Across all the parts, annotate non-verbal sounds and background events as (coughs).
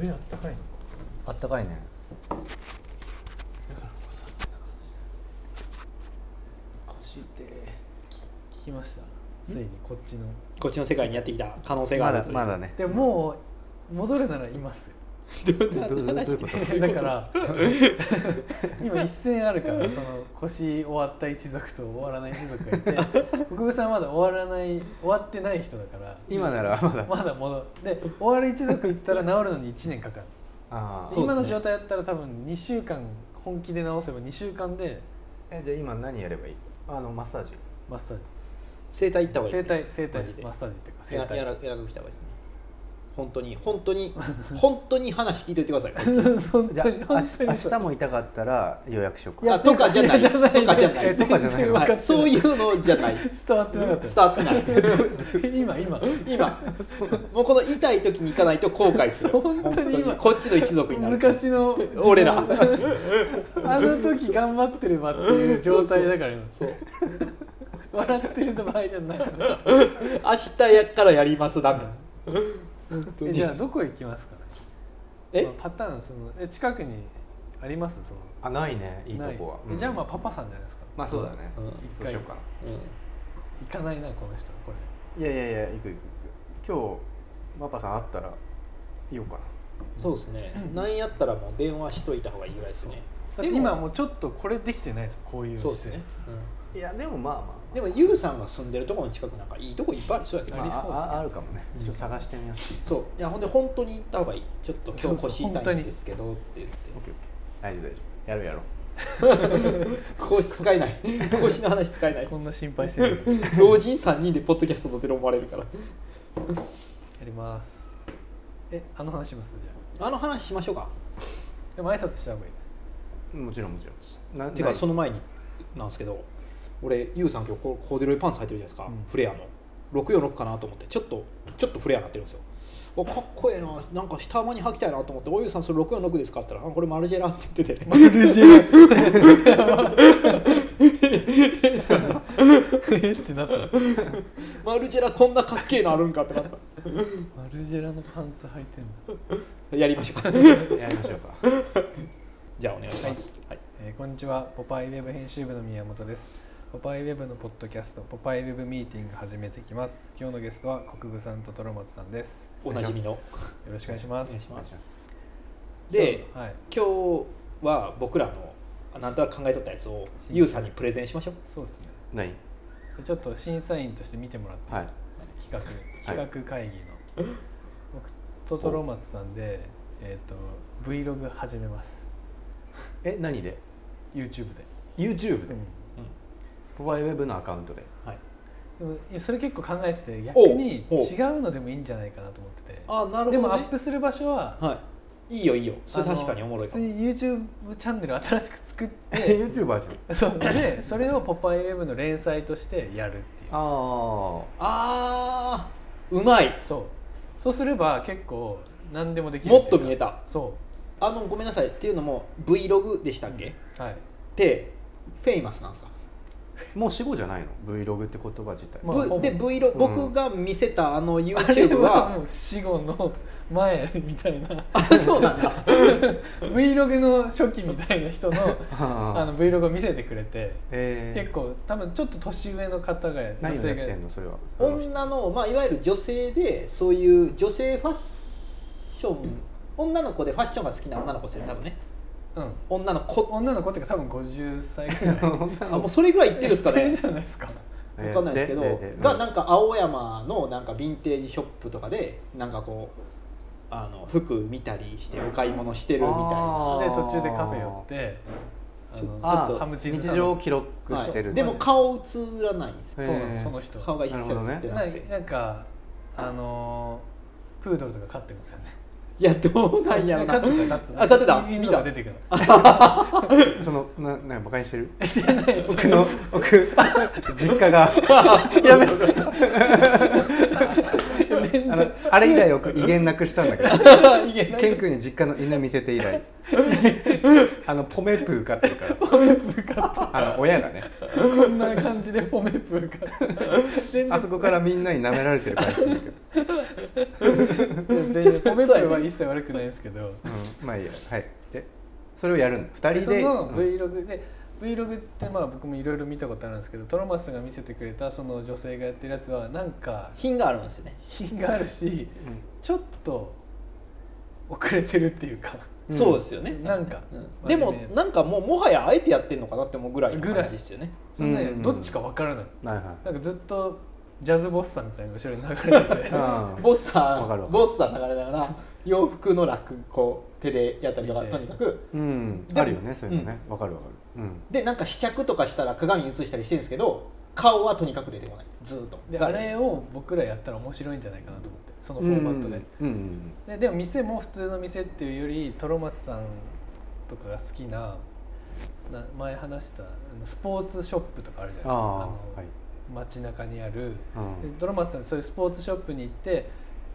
上あったかいのあったかいねだからここ座ってた感じ腰でき聞きましたついにこっちのこっちの世界にやってきた可能性がまあるだというまだねでももう戻るならい (laughs) ますよどう (laughs) どどどういうこといだうこと (laughs) から今一戦あるからその腰終わった一族と終わらない一族がいて (laughs) 国分さんはまだ終わらない終わってない人だから今ならま (laughs) だまだ戻で終わる一族行ったら治るのに1年かかるあそうあで今すねの状態だったら多分2週間本気で治せば2週間でえじゃあ今何やればいいあのマッサージマッサージ整体行った方がいい整体です整ね体マジでマッサージっていうかや整やら体やらかくした方がいいですね本当に本当 (laughs) に本当に話聞いといてください本 (laughs) じゃ当あに本当明に日明日も痛かったら予約しよういやかあとかじゃないいやじゃないとかじゃないえとかじゃない全然わわかってないはいそういうのじゃ (laughs) ない伝わってなかった伝わってない今今今もうこの痛い時に行かないと後悔するそう本当に今こっちの一族になる昔の俺らあの時頑張ってればっていう状態だから今そう笑ってる場合じゃない明日やからやりますだめ本当えにじゃあどこ行きますかえまあパターンそのえ近くにありますそのあないねいいとないこは、えうんじゃあまあパパさんじゃないですかまあそうだね、うんそうしようかな行かないなこの人これいやいやいや行く行く行く今日マパさん会ったら言おうかそうで (laughs) すねなんやったらもう電話しといた方がいいぐらいですねだって今もうちょっとこれできてないですこういうそう姿です勢ねうんないやでもまあまでもゆうさんが住んでるところの近くなんかいいとこいっぱいありそうやけどあ、あなりそうですねあるかもねうんちょっと探してみよう、そういやほんで本当に行った方がいいちょっと今日腰そうそう本当痛いにんですけどって言ってオッケーオッケー大丈夫大丈夫やろうやろう腰使 (laughs) えない腰の話使えないこんな心配してるの (laughs) や老人3人でポッドキャスト撮ってる思われるからりますえあの話しますじゃあの話しましょうかあでも挨拶した方がいいもちろんもちろんなてかそのの前になんですけど俺ゆうさん今日ココーデュロイパンツ履いてるじゃないですか、うんフレアの646かなと思ってちょっとちょっとフレアになってるんですよおかっこええななんか下間に履きたいなと思って「おゆうさんそれ646ですか?」って言ったらあ「これマルジェラ」って言っててマルジェ (laughs) えってなったマルジェラこんなかっけえのあるんかってなっマルジェラのパンツ履いてんの、たやりましょうかやりましょう (laughs) か (laughs) じゃあお願いします、はいえーこんにちはポパイウェブ編集部の宮本ですポパイウェブのポッドキャストポパイウェブミーティング始めてきます今日のゲストは国分さんとトロマツさんですおなじみのおよろしくお願いします願いしますでで、はい、今日は僕らのあなんとなく考えとったやつを新ゆうさんにプレゼンしましょうそうですねないでちょっと審査員として見てもらっていいはですいか企画企画会議の、僕とトロマツさんで、えー、と Vlog 始めますえ何で YouTube で、 YouTube うでんポパイウェブのアカウントではい、でもいやそれ結構考えてて逆おうにおう違うのでもいいんじゃないかなと思っててあなるほど、ね、でもアップする場所は、はい、いいよいいよそれあの確かにおもろい普か通もに YouTube チャンネル新しく作って YouTuber じゃんそうでそれを「ポパイウェブの連載としてやるっていうああーうまいそうそうすれば結構何でもできるもっと見えたたそあのごめんなさいっていうのも Vlog でしたっけ、うはいでフェイマスなんですか、あもう死後じゃないの Vlog って言葉自体、まあ V- ほぼで Vlog、うん僕が見せたあのあれ YouTube ははもう死後の前みたい (laughs) なあ (laughs) そうなんだ Vlog の初期みたいな人のああの Vlog を見せてくれてえー、結構多分ちょっと年上の方が何をやってんののそれは女の、まあ、いわゆる女性でそういう女性ファッション女の子でファッションが好きな女の子ですよね多分ねうん女の子女の子っていうか多分50歳ぐらいあもうそれぐ (laughs) らいいってるんです (laughs) かねじゃないですかわかんないですけど、がなんか青山のなんかヴィンテージショップとかでなんかこうあの服見たりしてお買い物してるみたいなで途中でカフェ寄ってあのちょっあとハムチーズサ日ンド常を記録してる、はいでも顔映らないんですよそうなへのーその人顔が一切映ってななくてなんかあのープードルとか飼ってるんですよねいやどうなんやろ飼 (laughs) っなてた飼ってたあ飼ってた犬が出てくるそのななバカにしてるないです僕の僕実家がやめて全然 (laughs) あのあれ以来僕威厳なくしたんだけどいけないケン君に実家の犬見せて以来あのポメプー飼ってるからあの親がねこんな感じでフォメプーが全然あそこからみんなに舐められてる回数だけど、全然フォメプーは一切悪くないですけどうん、まあいいやはいでそれをやるの2人そでのうん Vlog で Vlog ってまあ僕もいろいろ見たことあるんですけどトロマスが見せてくれたその女性がやってるやつはなんか品があるんですよね、品があるしうんちょっと遅れてるっていうか (laughs) うんそうですよねなんかうんでもなんかもうもはやあえてやってんのかなって思うぐらいの感じですよねそんなねうんどっちかわからないはいはいなんかずっとジャズボッサーみたいなのが後ろに流れ (laughs) ててあボッサわかるわーボッサー流れながら洋服の楽こう手でやったりとかええとにかくうんでもあるよねそういうのねわ、かるわかるうんでなんか試着とかしたら鏡に映したりしてるんですけど顔はとにかく出てこないずーっとでだあかられを僕らやったら面白いんじゃないかなと思ってそのフォーマットでうんうでんでも店も普通の店っていうよりトロマツさんとかが好きなな前話したあのスポーツショップとかあるじゃないですあかああの、はい街中にあるうでんトロマツさんそういうスポーツショップに行って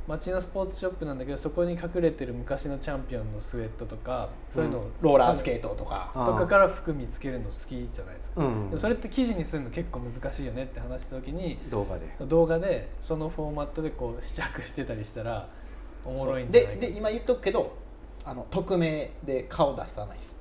街のスポーツショップなんだけどそこに隠れてる昔のチャンピオンのスウェットとかそういうのを、うんローラースケートとかあーとかから服見つけるの好きじゃないですか、うんでもそれって記事にするの結構難しいよねって話した時に動画で動画でそのフォーマットでこう試着してたりしたらおもろいんじゃないでかなで今言っとくけどあの匿名で顔出さないです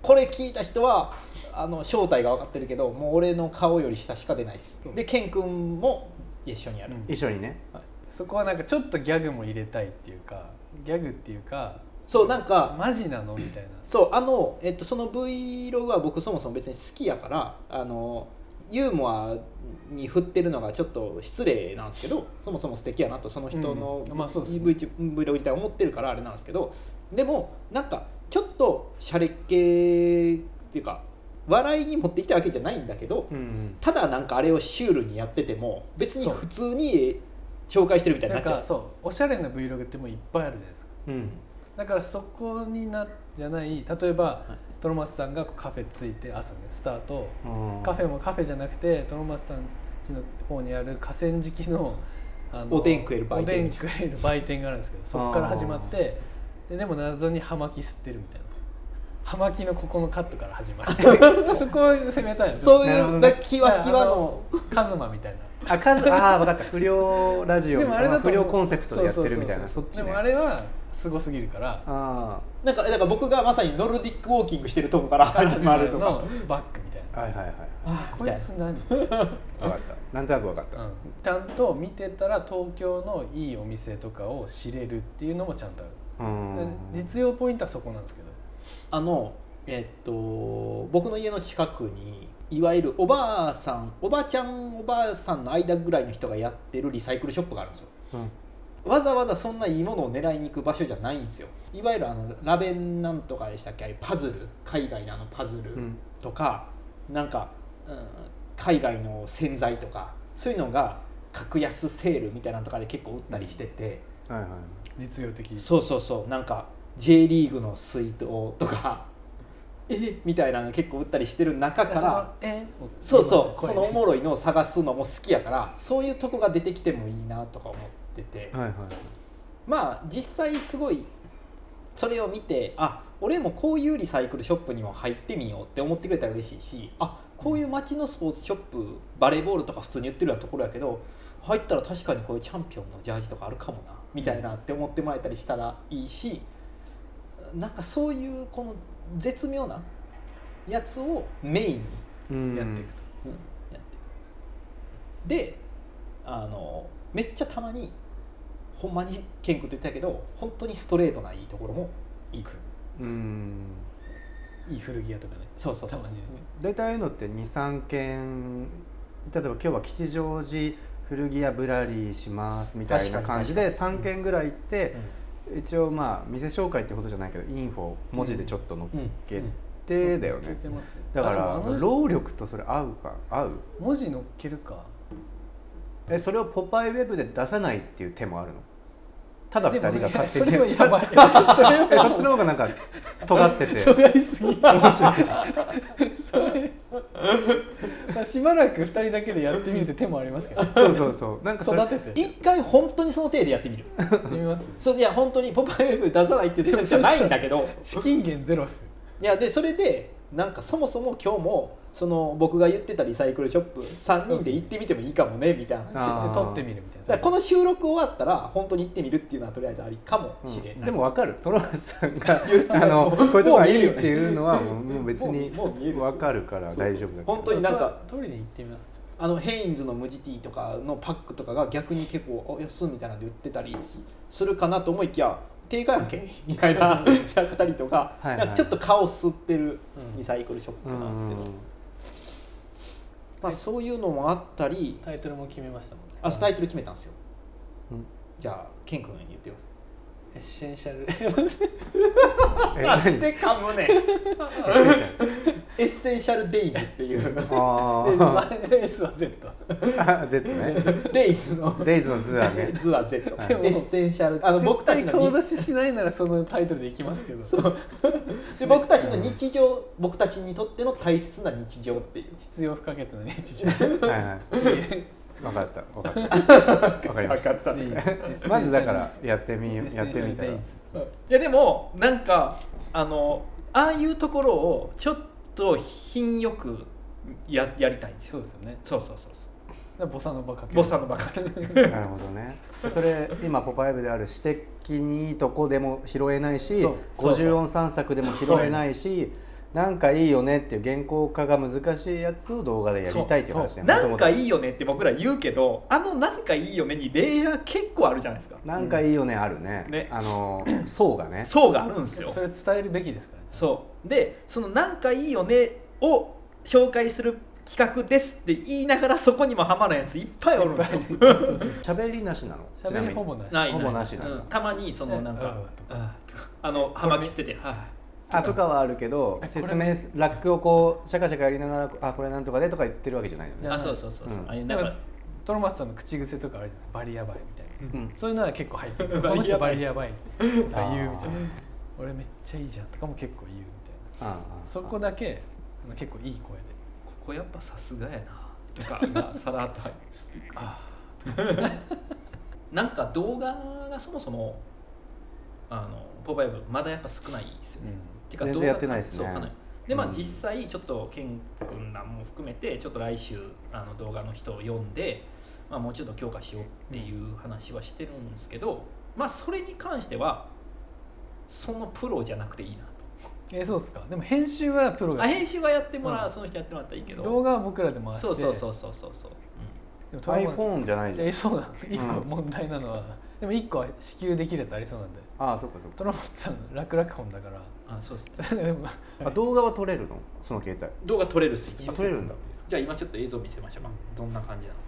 これ聞いた人はあの正体が分かってるけどもう俺の顔より下しか出ないですうんでケン君も一緒にやる、うん一緒にねそこはなんかちょっとギャグも入れたいっていうかギャグっていうかそうなんかマジなのみたいなそうあの、えっと、その Vlog は僕そもそも別に好きやからあのユーモアに振ってるのがちょっと失礼なんですけどそもそも素敵やなとその人の、うんまあそうですね V- Vlog 自体思ってるからあれなんですけどでもなんかちょっと洒落っ気っていうか笑いに持ってきたわけじゃないんだけど、うんただなんかあれをシュールにやってても別に普通に紹介してるみたいにななっんちゃかう。そうおしゃれな Vlog ってもういっぱいあるじゃないですかうんだからそこになじゃない例えば、いトロマスさんがこうカフェついて朝ねスタートうんカフェもカフェじゃなくてトロマスさん家の方にある河川敷のあのおでん食えるお売店でん食える売店があるん (laughs) ですけどそこから始まってででも謎に葉巻吸ってるみたいな葉巻のここのカットから始ま (laughs) るそこを攻めたいんですよそういなるほどうねキワキワのカズマみたいなあ数ああ分かった不良ラジオみたいなと不良コンセプトでやってるみたいなそそうっそうちそうそうねでもあれはすごすぎる (laughs) からあなんかだから僕がまさにノルディックウォーキングしてるとこ (laughs) から始まるとのか。バックみたいなあはいはいはいあーこみたいいなつ何分かったなんとなく分かった、ちゃんと見てたら東京のいいお店とかを知れるっていうのもちゃんとある、うん実用ポイントはそこなんですけどあのえっと僕の家の近くにいわゆるおばあさんおばあちゃんおばあさんの間ぐらいの人がやってるリサイクルショップがあるんですよ。うんわざわざそんないいものを狙いに行く場所じゃないんですよ。いわゆるあのラベンなんとかでしたっけああいうパズル海外のあのパズルうんとか、なんか、うん、海外の洗剤とかそういうのが格安セールみたいなのとかで結構売ったりしてて。はいはい実用的そうそうそうなんか J リーグの水筒とか (laughs) えみたいなのが結構売ったりしてる中からそのえそうそうこそれのおもろいのを探すのも好きやからそういうとこが出てきてもいいなとか思っててはいはいまあ実際すごいそれを見てあ俺もこういうリサイクルショップにも入ってみようって思ってくれたら嬉しいしあこういう街のスポーツショップバレーボールとか普通に売ってるようなところやけど入ったら確かにこういうチャンピオンのジャージとかあるかもなみたいなって思ってもらえたりしたらいいしなんかそういうこの絶妙なやつをメインにうんやっていくと、うんやっていくであのめっちゃたまにほんまにケン君と言ってたけど本当にストレートないいところも行くうんいい古着屋とかねそうそうそうたまにね大体ああいうのって23件例えば今日は吉祥寺古着屋ぶらりしますみたいな感じで確かに3件ぐらい行って、一応まあ店紹介ってことじゃないけどインフォ文字でちょっと載っうんけてだよね、聞いてますだからあでそもあのの労力とそれ合うか合う文字乗っけるかえそれをポパイウェブで出さないっていう手もあるのただ2人が勝手でもにね (laughs) それはやばいそれえは (laughs) そっちの方がなんか (laughs) 尖ってて尖りすぎ面白いじゃん確しばらく2人だけでやってみるって手もありますけどそうそうそうなんかそれ育てて一回本当にその体でやってみるやってみます (laughs) それでいや本当に「ポパイブ出さないっていう選択肢はないんだけ (laughs) ど資金源ゼロっすいやでそれでなんかそもそも今日もその僕が言ってたリサイクルショップ3人で行ってみてもいいかもねみたいな話だかあーで撮ってみるみたいならこの収録終わったら本当に行ってみるっていうのはとりあえずありかもしれない、でもわかるトロハスさん (laughs) があのこういうとこがいいっていうのはもうもう別にもうもう見えるわかるから大丈夫だけど本当になんか取りに行ってみますあのヘインズの無地ティーとかのパックとかが逆に結構あ安いみたいなんで売ってたりするかなと思いきや定価やけんみたいなやったりとかはいはいなんかちょっと顔吸ってるうんリサイクルショップうんなんですけど、まあ、そういうのもあったりタイトルも決めましたもんねあタイトル決めたんですようんじゃあケン君に言ってくださいエッセンシャルえ何でかむねエッセンシャルデイズっていう (laughs) あ S は Z ーあ Z ねデイズのデイズの図はねズは Z、はいエッセンシャルあの僕たち絶の対顔出ししないならそのタイトルでいきますけどそうで僕たちの日常僕たちにとっての大切な日常っていう必要不可欠な日常はいはい (laughs) 分かった分かった分かりましったいいたまずだからやってみエよッセンシャやルってみたらデイズいやでもなんかあのああいうところをちょっと品よくややりたいんですよそうですよねそうそうそうそだからボサノバかけうるボサのバカなるほどねそれ今「ポパイブ」である詩的にいいとこでも拾えないしそうそうそう50音散策でも拾えないしなんかいいよねっていう原稿化が難しいやつを動画でやりたいっていう話だよねなんかいいいよねって僕ら言うけどあのなんかいいよねにレイヤー結構あるじゃないですかなんかいいよねあるね,、ねあの層がね層があるんですよそれ伝えるべきですからねそうでその「なんかいいよね」を紹介する企画ですって言いながらそこにもハマるやついっぱいおるんですよ喋りなしなのち喋なみにりほぼなしないほぼなしだうんたまにそのなんうかんとあーとかあの葉巻捨ててはあとかはあるけどえこれ説明すラックをこうシャカシャカやりながら「あこれなんとかで」とか言ってるわけじゃないよいじねゃあそうそうそうそううんああいうななんんかかトロマツさんの口癖とかあるじゃないバリヤバいみたいな、うんそういうのは結構入ってくるこバリヤバいの人バリヤバいって言うみたいあーな俺めっちゃいいじゃんとかも結構言うみたいあああなそこだけあの結構いい声でここやっぱさすがやなとか今さらっと入るあ (laughs) なんか動画がそもそもあのポパイブまだやっぱ少ないですよね、てか全然動画やってないですねそうかなりでまあうん実際ちょっとケン君らも含めてちょっと来週あの動画の人を読んで、まあ、もうちょっと強化しようっていう話はしてるんですけどまあそれに関してはそのプロじゃなくていいなえーそうっすかでも編集はプロとがあ編集はやってもらう、うんその人やってもらったらいいけど動画は僕らで回してそうそうそうそうそうそう、でもトロマツ iPhone じゃないじゃんえーそうなの一個うん問題なのは、でも一個は支給できるやつありそうなんでああそっかそっかトロマツさん楽々本だからうん、あそうですねなんか (laughs) でもあ動画は撮れるのその携帯動画撮れるしあ撮れるんだじゃあ今ちょっと映像見せましょうかどんな感じなのか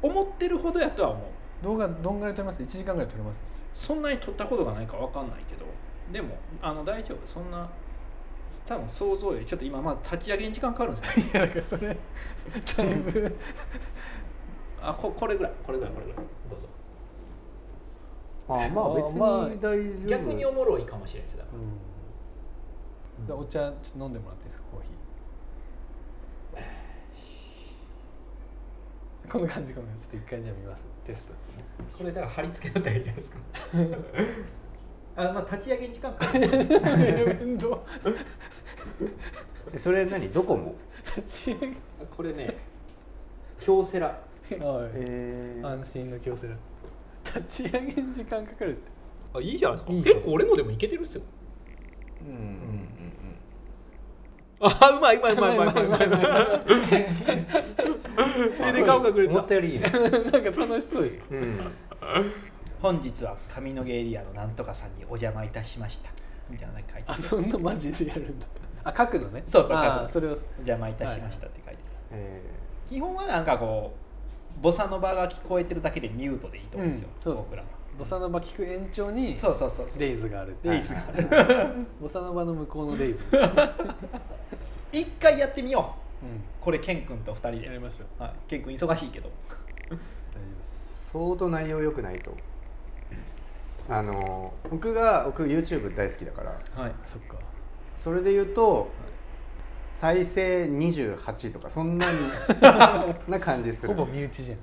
思ってるほどやとは思う動画どんぐらい撮れます1時間ぐらい撮れますそんなに撮ったことがないかわかんないけどでもあの大丈夫そんな多分想像よりちょっと今まあ立ち上げに時間かかるんですよいやだからそれだいぶあここれぐらいこれぐらいこれぐらいどうぞああまあ別にまあ大丈夫逆におもろいかもしれないですようんでお茶ちょっと飲んでもらっていいですかコーヒ (sighs) ーこの感じこの感じちょっと一回じゃあ見ますテスト (laughs) これだから貼り付けだったらいいじゃないですかあまあ立ち上げに時間かかる面倒えそれ何どこも立ち上げこれね京セラおえいー、安心の強制だ立ち上げに時間かかるってあいいじゃないですかいい結構俺のでもいけてるっすようんうんあうまいうまいうまいうまいうまいうまいうんうんで顔隠れてた思ったよりいいなねんか楽しそうでしょうん本日は上野毛エリアのなんとかさんにお邪魔いたしましたみたいなの書いてあそんなマジでやるんだあ書くのねそうそうあー書くのそれをお邪魔いたしましたって書いてあえる基本はなんかこうボサノバが聞こえてるだけでミュートでいいと思うんですよ、うんそうです僕らはボサノバ聞く延長にそうそうそうそうデイズがあるってー、レイズがはいボサノバの向こうのデイズ、一回やってみよううこれケン君と二人ん、やりで、ましょうはい、ケン君忙しいけど大丈夫です相当内容良くないとあの僕が僕 YouTube 大好きだからはいそっかそれで言うと再生28とかそんなにな感じすほるぼ身内じゃん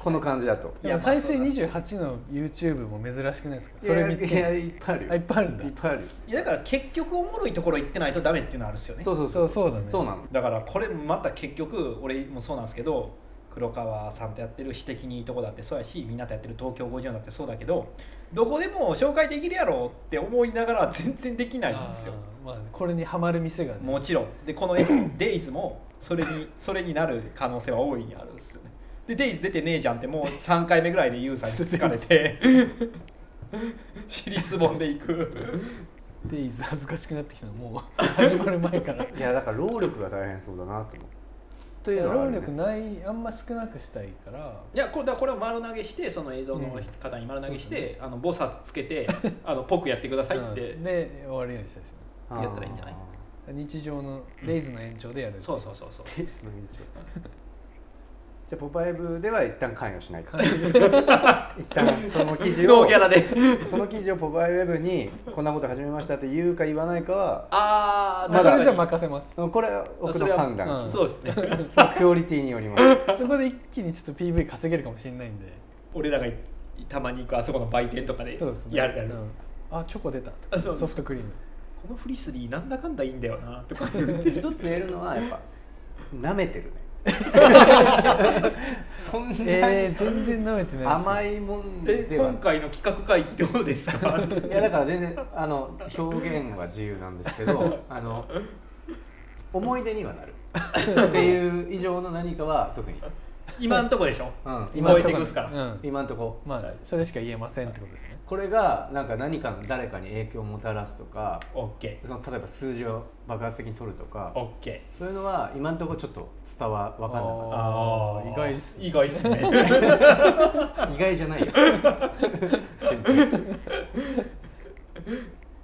この感じだといいややまあ再生そうだし28の YouTube も珍しくないですかそれ見ついやけいやいっぱいあるよあいっぱいあるんだいっぱいあるよいやだから結局おもろいところ行ってないとダメっていうのはあるっすよねそうそうそうそうだねそうなのだからこれまた結局俺もそうなんですけど黒川さんとやってる「私的にいいとこ」だってそうやしみんなとやってる「東京54」だってそうだけどどこでも紹介できるやろって思いながら全然できないんですよあーまあね、これにはまる店がねもちろんでこの (coughs) S「デイズもそれにそれになる可能性は大いにあるんですよねで「デイズ出てねえじゃんってもう3回目ぐらいでユーザーに疲れ (laughs) て尻すぼんでいくデイズ恥ずかしくなってきたのもう始まる前 (laughs) からいやだから労力が大変そうだなと思うというのはあ労るね力ないあんま少なくしたいからいやこれだからこれを丸投げしてその映像のうん方に丸投げして、あのボサつ (laughs) けてあのポクやってくださいって、うんで終わるようにしたいですねあーやったらいいんじゃない日常のレイズの延長でやる、そうそうそうそうケースの延長じゃあポパイブでは一旦関与しないから (laughs) 一旦その記事ノをーギャラでその記事をポパイブウェブにこんなこと始めましたって言うか言わないかはああまあ、確そかれにじゃ任せますこれは僕そのれは判断しあますそうですねそのクオリティによりますそこで一気にちょっと PV 稼げるかもしれないんで (laughs) 俺らがたまに行くあそこの売店とかでそうですねやるやる、うんあチョコ出たあそうソフトクリー (laughs) ムこのフリスビーなんだかんだいいんだよなとか一つ言えるのはやっぱ舐め (laughs) てるねそんなにえー、全然舐めてない甘いいもんえでは今回の企画会議どうです (laughs) かいやだから全然あの表現は自由なんです (laughs) けどあの思い出にはなるっていう以上の何かは特に、今んとこでしょうん、今今超えていくっすからうん、今んとこまあそれしか言えませんってことですねこれがなんか何かの誰かに影響をもたらすとか OKOK その例えば数字を爆発的に取るとかそういうのは今んとこちょっと伝わ分かんなかっあー意外です意外ですね (laughs) た意外じゃないよ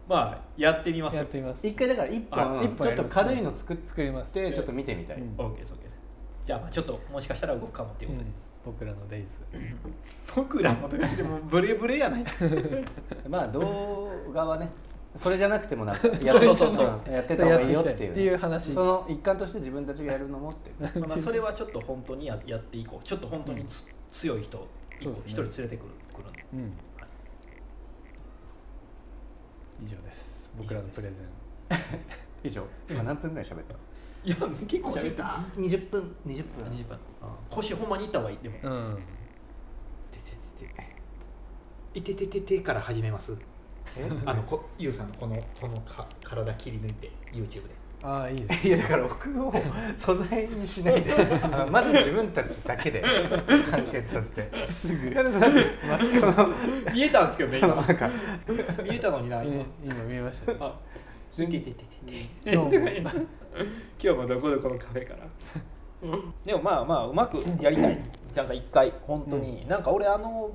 まあやってみますやってみます一回だから一あ本一本ちょやっりとます軽いの作っ作りますてちょっと見てみたい、うん OK です OK ですじゃあまあちょっともしかしたら動くかもっていううこんとで、僕らのデイズ僕らもとか言ってもブレブレ (laughs) やない (laughs) まあ動画はね (laughs) それじゃなくてもなんかそうそうそうそうやってた方がいいよってやっていいうきたいっていう話 (laughs) その一環として自分たちがやるのもっていうまあそれはちょっと本当にややっていこうちょっと本当につ、強い人を一個そうですね一人連れてくるくるんでうん以上です僕らのプレゼン (laughs) 以上今何分ぐらい喋ったいや結構喋った20分20分20分腰ほんまに行った方がいいでもう「んてててていてててて」から始めますえあのこゆうさんのこのこのか体切り抜いて YouTube でああいいですいやだから僕を素材にしない (laughs) であのまず自分たちだけで完結させてすぐなんでなんでその見えたんですけどねそのなんか今見えたのにな今え今見えましたねあいててててて今 (laughs) 日も今日もどこどこのカフェからでもまあまあうまくやりたいなんか一回本当に、なんか俺あの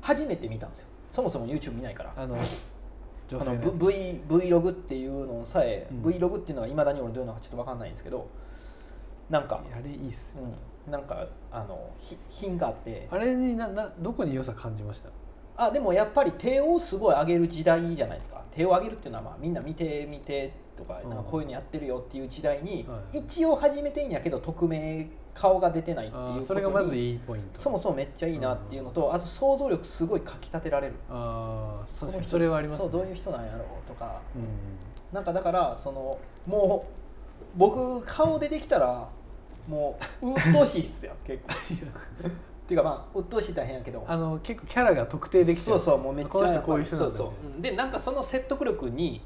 初めて見たんですよそもそも YouTube 見ないからああの女性ののやつ v Vlog っていうのさえ、うん Vlog っていうのがいまだに俺どういうのかちょっと分かんないんですけどなんか、あれいいっすようん、なんかあのひ品があってあれにななどこに良さ感じましたあでもやっぱり手をすごい上げる時代じゃないですか手を上げるっていうのはまあみんな見て見てとかうんなんかこういうのやってるよっていう時代に、はい一応始めてんやけど匿名顔が出てないっていうあことーにそれがまずいいポイントそもそもめっちゃいいなっていうのと、あと想像力すごいかきたてられるああそうですこのね人それはありますねそうどういう人なんやろうとかうんなんかだからそのもう僕顔出てきたらもう鬱陶しいっすよ (laughs) 結構っていうかまあ鬱陶しい大変やけどあの結構キャラが特定できちゃうそうそうもうめっちゃこの人こういう人なんだそうそううんでなんかその説得力に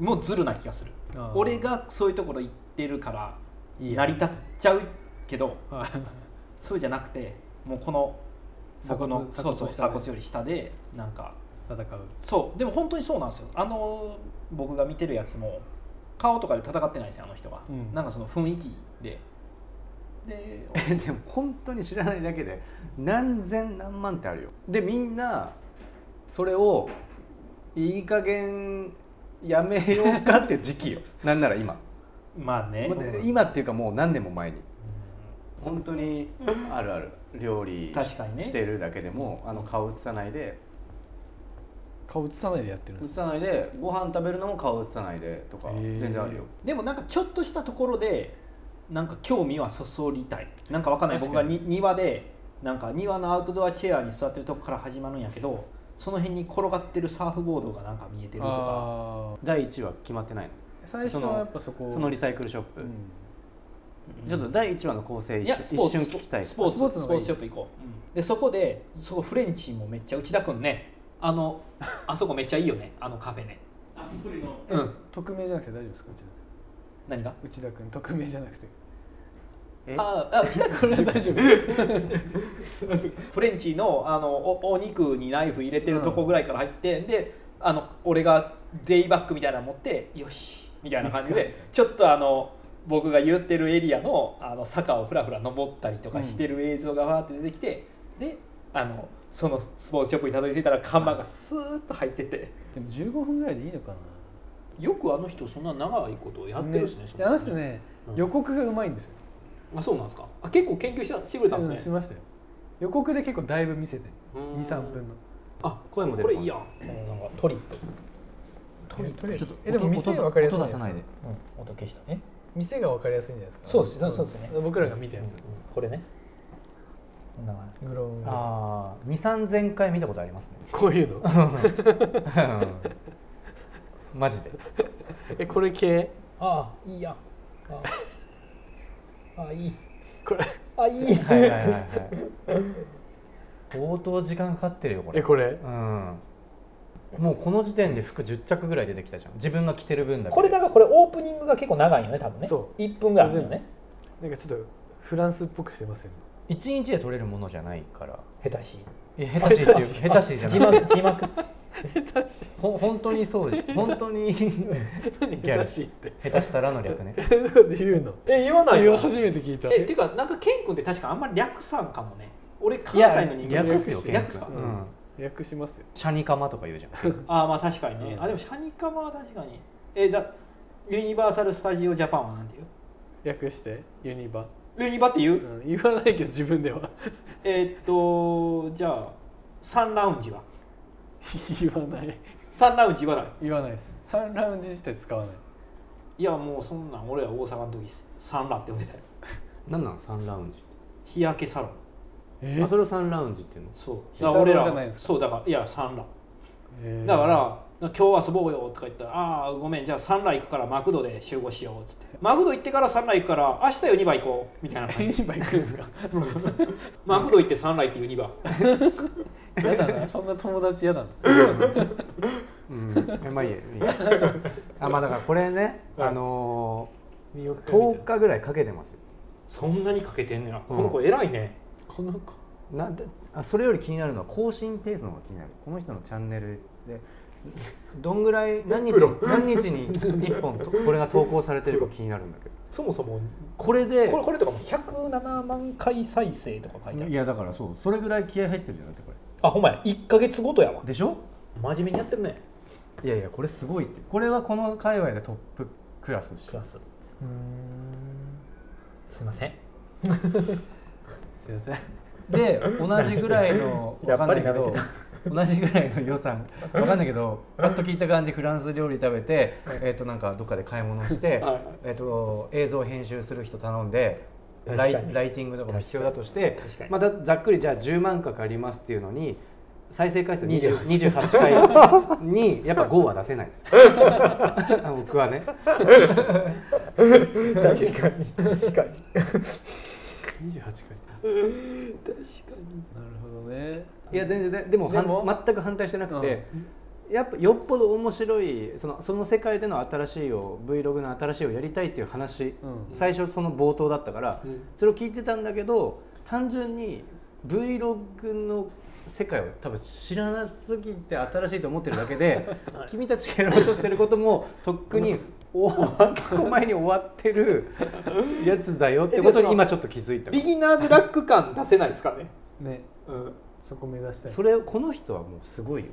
もうズルな気がするあー俺がそういうところ行ってるからいいや成り立っちゃうけどはいそうじゃなくてもうこの鎖僕骨のそうそう鎖鎖骨骨より下でなんか戦うそうでも本当にそうなんですよあの僕が見てるやつも顔とかで戦ってないんですよあの人は、うんなんかその雰囲気でで (laughs) (laughs) でも本当に知らないだけで何千何万ってあるよでみんなそれをいい加減やめようかっていう時 (laughs) 期よなんなら今まあねもうそう今っていうかもう何年も前に本当にあるある料理確かにねしてるだけでもあの顔映さないで顔映さないでやってるん映ですさないでご飯食べるのも顔映さないでとかへー全然あるよ、でもなんかちょっとしたところでなんか興味はそそりたいなんかわかんない確僕かがにに庭でなんか庭のアウトドアチェアに座ってるとこから始まるんやけどその辺に転がってるサーフボードがなんか見えてるとかあー第1話決まってない最初はやっぱそこのそのリサイクルショップ、うんちょっと第1話の構成い一や瞬スポー一ツ瞬スポ聞きたいスポーツスポースツのポ方がいーいツショップ行こう、でそこでそこフレンチもめっちゃ内田君ねあのあそこめっちゃいいよねあのカフェねあ、一人の。うん匿名じゃなくて大丈夫ですか何が内田君内田君匿名じゃなくてえあ (laughs) あ内田君は大丈夫フレンチのあのおお肉にナイフ入れてるとこぐらいから入って、であの俺がデイバッグみたいなの持ってよしみたいな感じで (laughs) ちょっとあの僕が言ってるエリアのあの坂をふらふら登ったりとかしてる映像がわーって出てきて、であのそのスポーツショップにたどり着いたら看板がスーッと入っててでも15分ぐらいでいいのかなよくあの人そんな長いことをやってるですねそいやあの人ね、うん予告がうまいんですよあそうなんですかあ結構研究したしてくれたんでしすねましたよ予告で結構だいぶ見せてうん23分のあ声も出こるれいいやんなんかトリップとりあえずちょっとえでも音店音分かりやすいんじゃ音出さないでですかうん音消したね店が分かりやすいんじゃないですかそうですそうそうですね僕らが見たやこれねこんなつグローンがああ23000回見たことありますね (laughs) こういう (laughs) のうんマジでえこれ系ああいいやんああああいいこれあいいはいはいはいはい相当時間かかってるよこれこれうんもうこの時点で服10着ぐらい出てきたじゃん自分が着てる分だけでこれだからこれオープニングが結構長いよね多分ねそ1分ぐらいあるよねなんかちょっとフランスっぽくしてますよね一日で取れるものじゃないから下手しいや下手しいっていう (laughs) 下手しいじ字ゃない幕字幕ほ本当にそうです本当に下下手しいって手したらの略ね言うの (laughs) え言わないよ初めて聞いたえてかなんかケン君って確かあんまり略さんかもね俺関いや西の人間略すよ略略すか健う君うんん訳しますよシャニカマとか言うじゃんああまあ確かにね、うんあでもシャニカマは確かにえだユニバーサル・スタジオ・ジャパンはなんていう訳してユニバ、ユニバって言う、うん、言わないけど自分では (laughs) えーっとじゃあサンラウンジは言わないサンラウンジはない言わないですサンラウンジ自体使わないいやもうそんなん俺ら大阪の時サンラって呼んでたよ (laughs) 何なのサンラウンジ日焼けサロンえそれをサンラウンジっていうのそう日だから俺らサロンじゃないですかそうだからいやサンラえーだから「今日遊ぼうよ」とか言ったら「ああごめんじゃあサンラ行くからマクドで集合しよう」っつって「マクド行ってからサンラ行くから明日ユニバ行こう」みたいな (laughs) 感ユじニバ行くんですかマクド行ってサンラ行ってユニバやだなそんな友達やだ (laughs) なうんえまあ (laughs) いいやいいやあまあだからこれねあの見送ー、10日ぐらいかけてますよそんなにかけてんねや、この子偉いねこの子なんであそれより気になるのは更新ペースの方が気になるこの人のチャンネルでどんぐら (laughs) い何日に何日に1本とこれが投稿されてるか気になるんだけどそもそもこれでこれこれとかも107万回再生とか書いてあるやだからそうそれぐらい気合入ってるじゃなくてこれあほんまや1か月ごとやわでしょ真面目にやってるねいやいやこれすごいってこれはこの界隈でトップクラスっしクラょスうんすいませんすいませんで同じぐらいの (laughs) わかやっんぱなりいけど同じぐらいの予算わかんないけどパッと聞いた感じフランス料理食べてえっ、となんかどっかで買い物してはいえっ、と映像編集する人頼んでライ確かにライティングとかも必要だとして確かにまたざっくりじゃあ10万かかりますっていうのに再生回数28 28回にやっぱ5は出せない (laughs) です僕はね28回確かに確かに確かになるほどねいや全然ででもでもはん全く反対してなくて、やっぱよっぽど面白いそのその世界での新しいを Vlog の新しいをやりたいっていう話、うん最初その冒頭だったから、うんそれを聞いてたんだけど単純に Vlog の世界を多分知らなすぎて新しいと思ってるだけで、 (laughs) 君たちがやろうとしてることもとっくにお結構前に終わってるやつだよってことに今ちょっと気づいたビギナーズラック感出せないですかねねうんそこ目指したいそれをこの人はもうすごいよ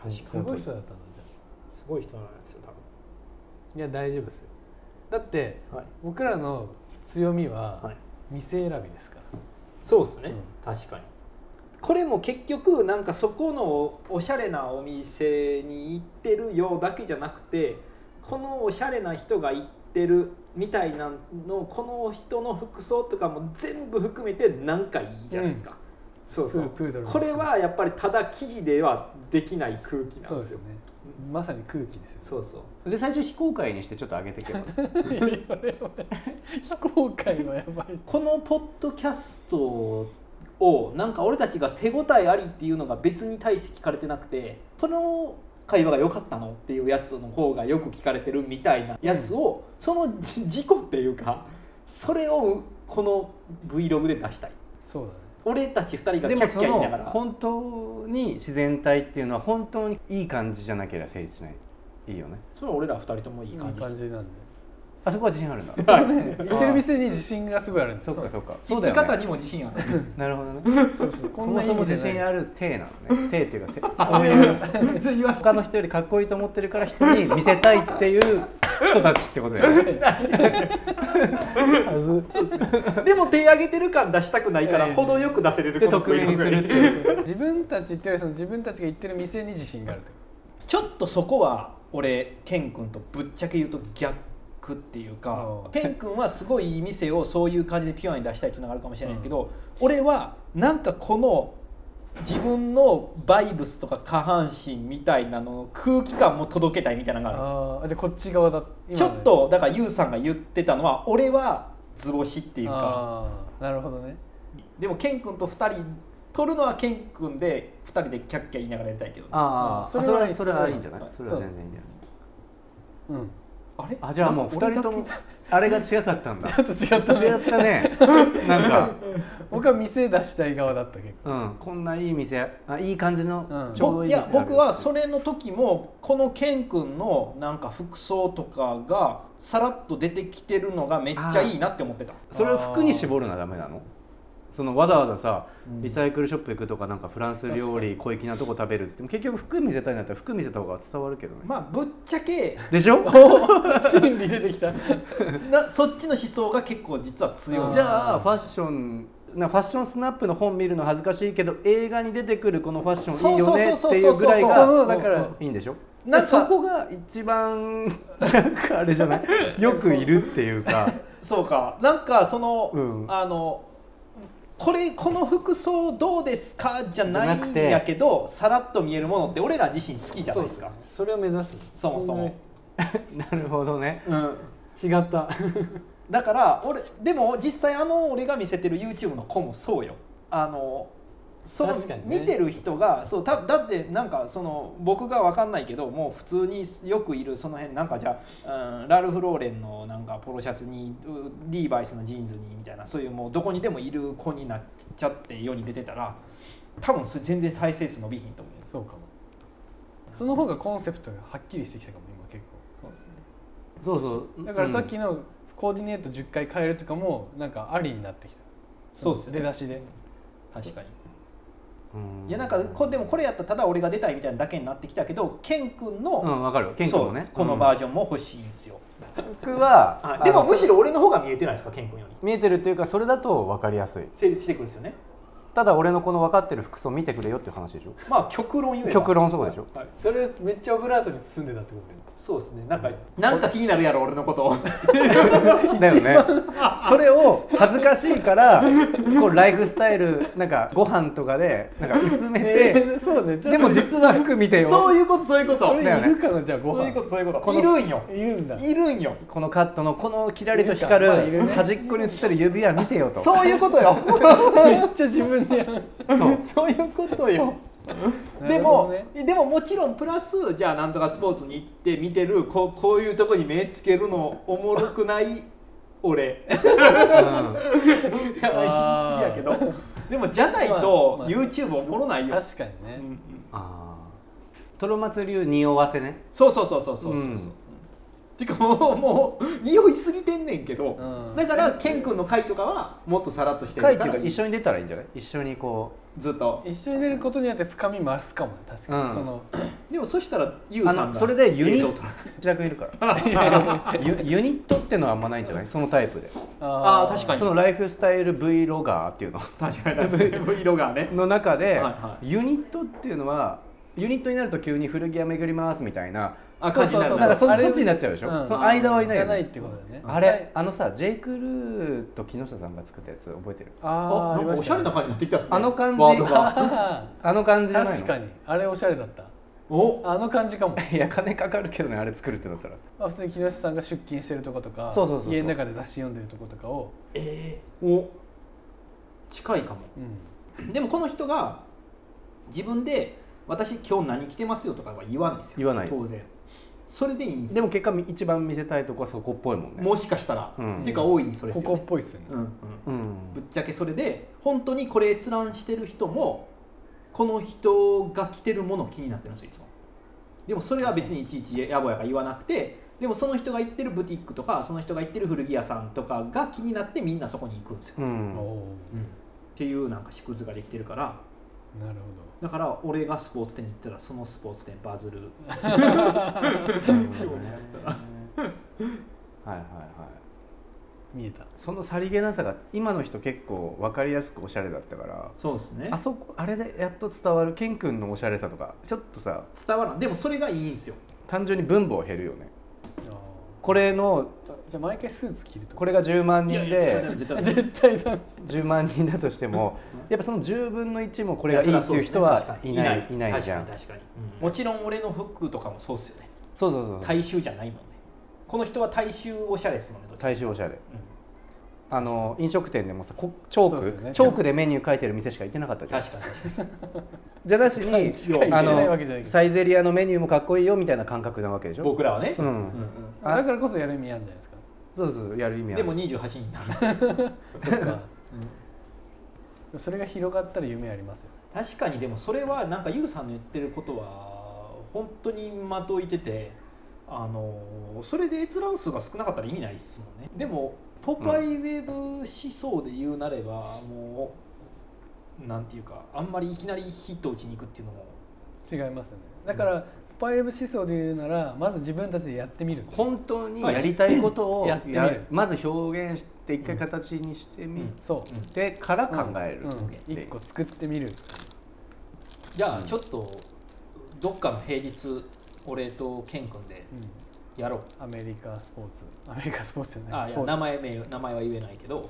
確すごい人だったんだじゃすごい人なんですよ多あいや大丈夫ですよだって分はい、僕らの強みははい、店選びですから、そうですね、うん確かにこれも結局なんかそこのおしゃれなお店に行ってるよだけじゃなくてこのおしゃれな人が行ってるみたいなのこの人の服装とかも全部含めてなんかいいじゃないですか、そうそうプードルもこれはやっぱりただ記事ではできない空気なそんうでですすよよねまさに空気ですよねそうそうで最初非公開にしてちょっと上げて (laughs) けば (laughs) 非公開はやばいこのポッドキャストをなんか俺たちが手応えありっていうのが別に対して聞かれてなくてその会話が良かったのっていうやつの方がよく聞かれてるみたいなやつを、そのじ事故っていうかそれをこの Vlog で出したいそうだね俺たち2人がキでャもッキそャ言いのながら本当に自然体っていうのは本当にいい感じじゃなければ成立しないいいよねそれは俺ら2人ともいい感じですなんであそこは自信あるんだね行ってる店に自信がすごいあるんです (laughs) そよっかそっかそ生うだきよね方にも自信あるなるほどねそうそうそこんもな意そも味自で (laughs) 信ないある体なのね体っていうかせ (laughs) そういうそれ言わ他の人よりかっこいいと思ってるから人に見せたいっていう人たちってことだよ (laughs) ねでも手上げてる感出したくないかいやらいやいや程よく出せれるでこの匿名にす Vlog るっていう自分たちっていうよりその自分たちが行ってる店に自信があるってこちょっとそこは俺ケン君とぶっちゃけ言うと逆っていうかうんケン君はすごいいい店をそういう感じでピュアに出したいっていうのがあるかもしれないけど、俺はなんかこの自分のバイブスとか下半身みたいなのの空気感も届けたいみたいなのとがあるああじゃあこっち側だ今のちょっとだからユウさんが言ってたのは俺は図星っていうかああなるほどねでもケン君と2人撮るのはケン君で2人でキャッキャ言いながらやりたいけどねああうんそそれれははそれはいいんじゃないはいそれは全然いいんじゃなういんあれあじゃあもう二人ともあれが違かったん (laughs) だちょっと違ったね違ったねなんか (laughs) 僕は店出したい側だった結 (laughs) うんこんないい店あいい感じのうんちょうどいいい店や僕はそれの時もこのケン君のなんか服装とかがさらっと出てきてるのがめっちゃいいなって思ってたそれを服に絞るのはダメなのそのわざわざさうんリサイクルショップ行くとかなんかフランス料理小粋なとこ食べるっつっても結局服見せたいんだったら服見せた方が伝わるけどね、まあぶっちゃ (laughs) けでしょ構心理出てきたなそっちの思想が結構実は強いじゃあファッションなファッションスナップの本見るの恥ずかしいけど映画に出てくるこのファッションいいよねっていうぐらいそのがだからいいんでしょなんかそこが一番 (laughs) なんかあれじゃないよくいるっていう (laughs) かそうかなんかその、うんあのこれこの服装どうですかじゃないじゃなんくてやけどさらっと見えるものって俺ら自身好きじゃないですかそれを目指すそもそもなるほどねうん違っただから俺でも実際あの俺が見せてる YouTube の子もそうよあのその確かにね見てる人がそうただってなんかその僕が分かんないけどもう普通によくいるその辺なんかじゃあ、うん、ラルフ・ローレンのなんかポロシャツにうリーバイスのジーンズにみたいなそういうもうどこにでもいる子になっちゃって世に出てたら多分それ全然再生数伸びひんと思う。そうかもその方がコンセプトがはっきりしてきたかも今結そうですねそうそう構だからさっきのコーディネート10回変えるとかもなんかありになってきたそうっすよね出だしで確かにうん、いやなんかこでもこれやったらただ俺が出たいみたいなだけになってきたけどケン君の、うんわかるケン君もねそうこのバージョンも欲しいんですよ、うん僕ははいでもあのむしろ俺の方が見えてないですかケン君より見えてるっていうかそれだと分かりやすい成立してくるんですよねただ俺のこの分かってる服装見てくれよっていう話でしょまあ極論言えば極論そう (laughs) でしょはいそれめっちゃオブラートに包んでたってこそうですねなんかなんか気になるやろ俺のことだよねそれを恥ずかしいからこうライフスタイルなんかご飯とかでなんか薄めえて、ーそうねちょっとでも実は服見てよ (laughs) そういうことそういうことそそうれだよいねるかなじゃあご飯いうことそういうこことのいるんよいるんだいるんよこのカットのこのキラリと光いるるかまあいるね端っこに映ってる指輪見てよとそういうことよめっちゃ自分でやるそう (laughs) そういうことよでも、でももちろんプラスじゃあなんとかスポーツに行って見てるこうこういうとこに目つけるのおもろくない俺うんいや言い過ぎやけどでもじゃないまとあまあ YouTube おもろないよ、確かにうんうねんあートロマツ流匂わせねそうそうそうそうそうそうそうう、んてかもうもう匂いすぎてんねんけど、うんだからケン君の回とかはもっとさらっとして深いるってかいうらか一緒に出たらいいんじゃない一緒にこずっと一緒に出ることによって深み増すかもね確かに、うんそのでもそしたらユウあさんのがそれでユニ映ッ像をト白撮 (laughs) るくいるからユユニットってのはあんまないんじゃないそのタイプであー確かにそのライフスタイル V ロガーっていうの確かに確かに色がねの中で、はいはいユニットっていうのはユニットになると急に古着屋巡りますみたいなあ感じになるなんかそあれそっちになっちゃうでしょ、うんその間はいないよがないねってことだよねあれあのさジェイク・ルーと木下さんが作ったやつ覚えてるああーなんかおしゃれなあ感じになってきたっすねあの感じワードがああの感じーじゃないの (laughs) 確かにあれおしゃれだったおあの感じかもいや金かかるけどねあれ作るってなったらあ普通に木下さんが出勤してるとことかそうそうそうそう家の中で雑誌読んでるとことかを、えー、お近いかもうん、でもこの人が自分で「私今日何着てますよ」とかは言わないですよ言わない当然それでいいんですでよも結果一番見せたいとこはそこっぽいもんねもしかしたら、うんっていうか大いにそれでこすよ、こね、っぽいっすよね、うんうんうんぶっちゃけそれで本当にこれ閲覧してる人もこの人が着てるもの気になってるんですよいつもでもそれは別にいちいちやぼやか言わなくてでもその人が行ってるブティックとかその人が行ってる古着屋さんとかが気になってみんなそこに行くんですよ、 (laughs) うんおおうんっていうなんか縮図ができてるからーなるだから俺がスポーツ店に行ったらそのスポーツ店バズるはいはいはいほど見えたそのさりげなさが今の人結構分かりやすくおしゃれだったからそうですねあそこあれでやっと伝わるケン君のおしゃれさとかちょっとさ伝わらんでもそれがいいんですよ単純に分母を減るよねあーこれのじゃあ毎回スーツ着るとこれが10万い人やいやで絶対ダメ絶対ダメ絶対だ10万人だとしてもやっぱその10分の1もここれがいいっていう人はいないいないじゃん確かにもちろん俺の服とかもそうっすよねそうそうそう大衆じゃないもんねこの人は大衆おしゃれですもんねどっちか大衆おしゃれうあの飲食店でもさこチョそうーですク、よねチョークでメニュー書いてる店しか行ってなかったんじゃん確かに確かにじゃなし確かににあ行けないわけじゃないけのどサイゼリアのメニューもかっこいいよみたいな感覚なわけでしょ僕らはねうんうんだからこそやる意味あるんじゃないですかそうそうそうやる意う味んあでるも28人なん (laughs) ですよそっかでもそれが広がったら夢ありますよ確かにでもそれはなんかユウさんの言ってることは本当にまといててあのそれで閲覧数が少なかったら意味ないですもんねでもポパイウェブ思想で言うなれば、もうなんていうかあんまりいきなりヒット打ちに行くっていうのも違いますよねだから、パイレブ思想で言うならまず自分たちでやってみる本当にやりたいことをはいやってみるやまず表現して一回形にしてみうんそう、てから考えるうんっていう一個作ってみるじゃあちょっとどっかの平日俺とケン君でうやろう、んアメリカスポーツアメリカスポーツじゃなあいいスやポ名ーツ前名名前は言えないけど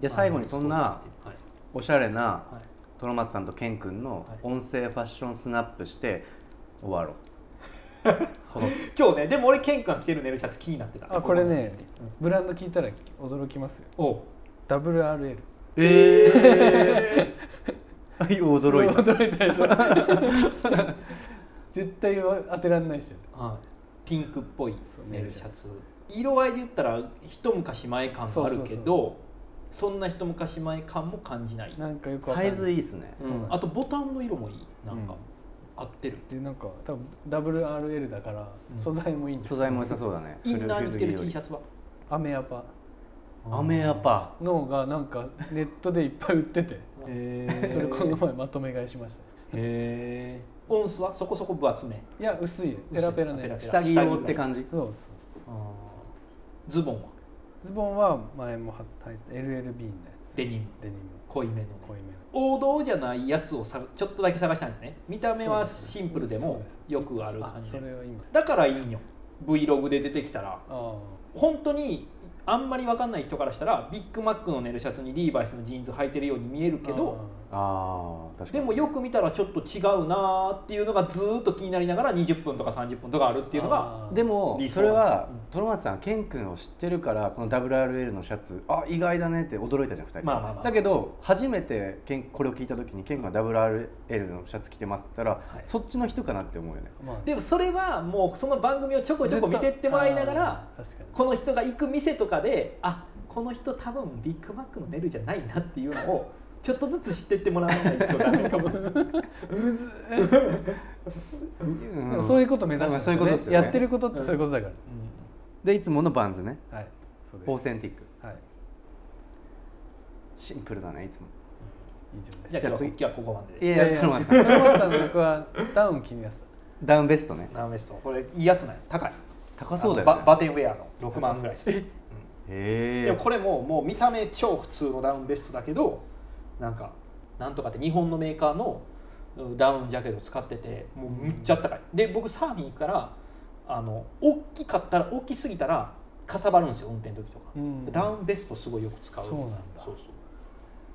で最後にそんなはいおしゃれなはいトロマツさんとケン君のはい音声ファッションスナップして終わろうこの今日ねでも俺ケン君が着てるネルシャツ気になってたあこれねうんブランド聞いたら驚きますよお WRL ええ驚いた驚いたでしょ絶対当てらんないでしょはい、ピンクっぽいそうネルシャツ色合いで言ったら一昔前感があるけどそんな一昔前感も感じない、なんかよくわかんなサイいズいいっすねうそうなんん、あとボタンの色もいいなんか、うん合ってるでなんか多分 WRL だからうん素材もいいんです素よ材も良さそうだねインナーに着てる T シャャツはアメアパアメアパのがなんかネットでいっぱい売っててへそれこの前まとめ買いしましたえオンスはそこそこ分厚めいや薄いペラペラのやつ薄い下着用って感じそうそうズボンはズボンは前も履いてた LLB のやつデニムデニム濃いめのね濃いめの王道じゃないやつをさちょっとだけ探したんですね見た目はシンプルでそうもですよくある感じあそれは今だからいいんよ Vlog で出てきたらあ本当にあんまり分かんない人からしたらビッグマックのネルシャツにリーバイスのジーンズ履いてるように見えるあけどあー確かでにもよく見たらちょっと違うなーっていうのがずーっと気になりながら20分とか30分とかあるっていうのがあーでも理想それはうんトロマツさんはケン君を知ってるからこの WRL のシャツあ意外だねって驚いたじゃん2人、まあまあまあだけど初めてケンこれを聞いた時にケン君が WRL のシャツ着てますって言ったら、はいそっちの人かなって思うよねまあでもそれはもうその番組をちょこちょこ見てってもらいながらあー確かにこの人が行く店とかであこの人多分ビッグマックのネルじゃないなっていうのをちょっとずつ知ってってもらわないとダメ (laughs) かもうんでもそういうこと目指してるんそういうことですよねやってることってそういうことだかでいつものバンズねらはいそうオでーセンティックすはいシンプルだねいつも以上ですじゃあ今日はじゃあ次今日はここまででいやいやトロマツさんトロマツさんの僕はダウン気になってたダウンベストねダウンベストこれいいやつなんよ高い高そうだあよのバねバテンウェアの6万ぐらいする、うん、へでもえこれももう見た目超普通のダウンベストだけどなんかなんとかって日本のメーカーのうんダウンジャケット使っててもうむっちゃ高いで僕サーフィン行くからあの大きかったら大きすぎたらかさばるんですよ運転の時とか、うんダウンベストすごいよく使うそうなんだそうそう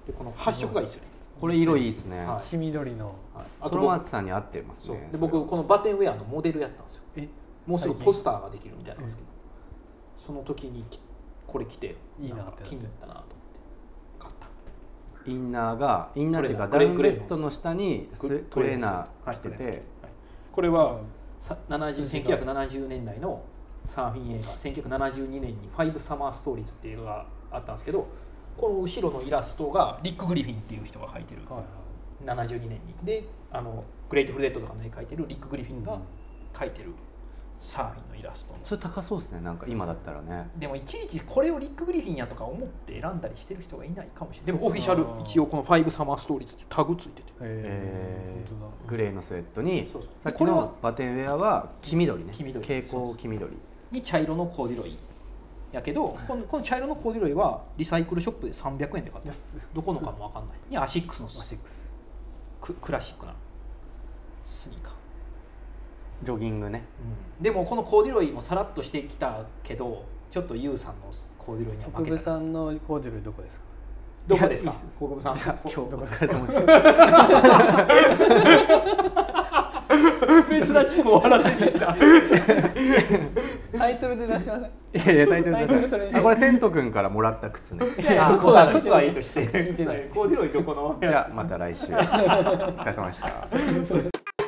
でこの発色がいいですよねこれ色いいですねはい黄緑のはい、あと黒僕松さんに合ってますそうねでそれ僕このバテンウェアのモデルやったんですよえもうすぐ最近ポスターができるみたいなんですけど、その時にきこれ着ていいなってんか気に入ったなと思って買ったインナーがインナーっていうかこダれウだンベストの下にグレーストレーナはーい着てトレーナてはいこれはさ数字70が1970年代のサーフィン映画1972年に「ファイブ・サマー・ストーリーズ」っていう映画があったんですけどこの後ろのイラストがリック・グリフィンっていう人が描いてる、はいはい72年にであのグレート・フルデッドとかの絵描いてるリック・グリフィンうがん描いてるサーフィンのイラストのそれ高そうですねなんか今だったらねでもいちいちこれをリック・グリフィンやとか思って選んだりしてる人がいないかもしれないでもオフィシャル一応この「ファイブ・サマー・ストーリーズ」ってタグついててええー、本ーグレーのスウェットにそうそうさっきこれはのバテンウェアは黄緑ね黄緑蛍光黄緑に茶色のコーデュロイやけどこのこの茶色のコーデュロイはリサイクルショップで300円で買っ当だた安どこのかも分かんないいやアシックスのアシックスククラシックなスニーカー、ジョギングねうんでもこのコーデュロイもさらっとしてきたけどちょっとユウさんのコーデュロイには負奥け部たさんのコーデュロイどこですかどこですいかやいいっす国分さん今日こお疲れ様でした (laughs) 珍しく終わらせにいたタイトルで出しませんいやいや、大丈大夫丈夫そ大丈れ夫。あこれ、千斗くんからもらった靴ね。いやいやあ靴は靴はいいとして聞いてないコーデュロイどこのじゃあ、また来週。お疲れ様でした。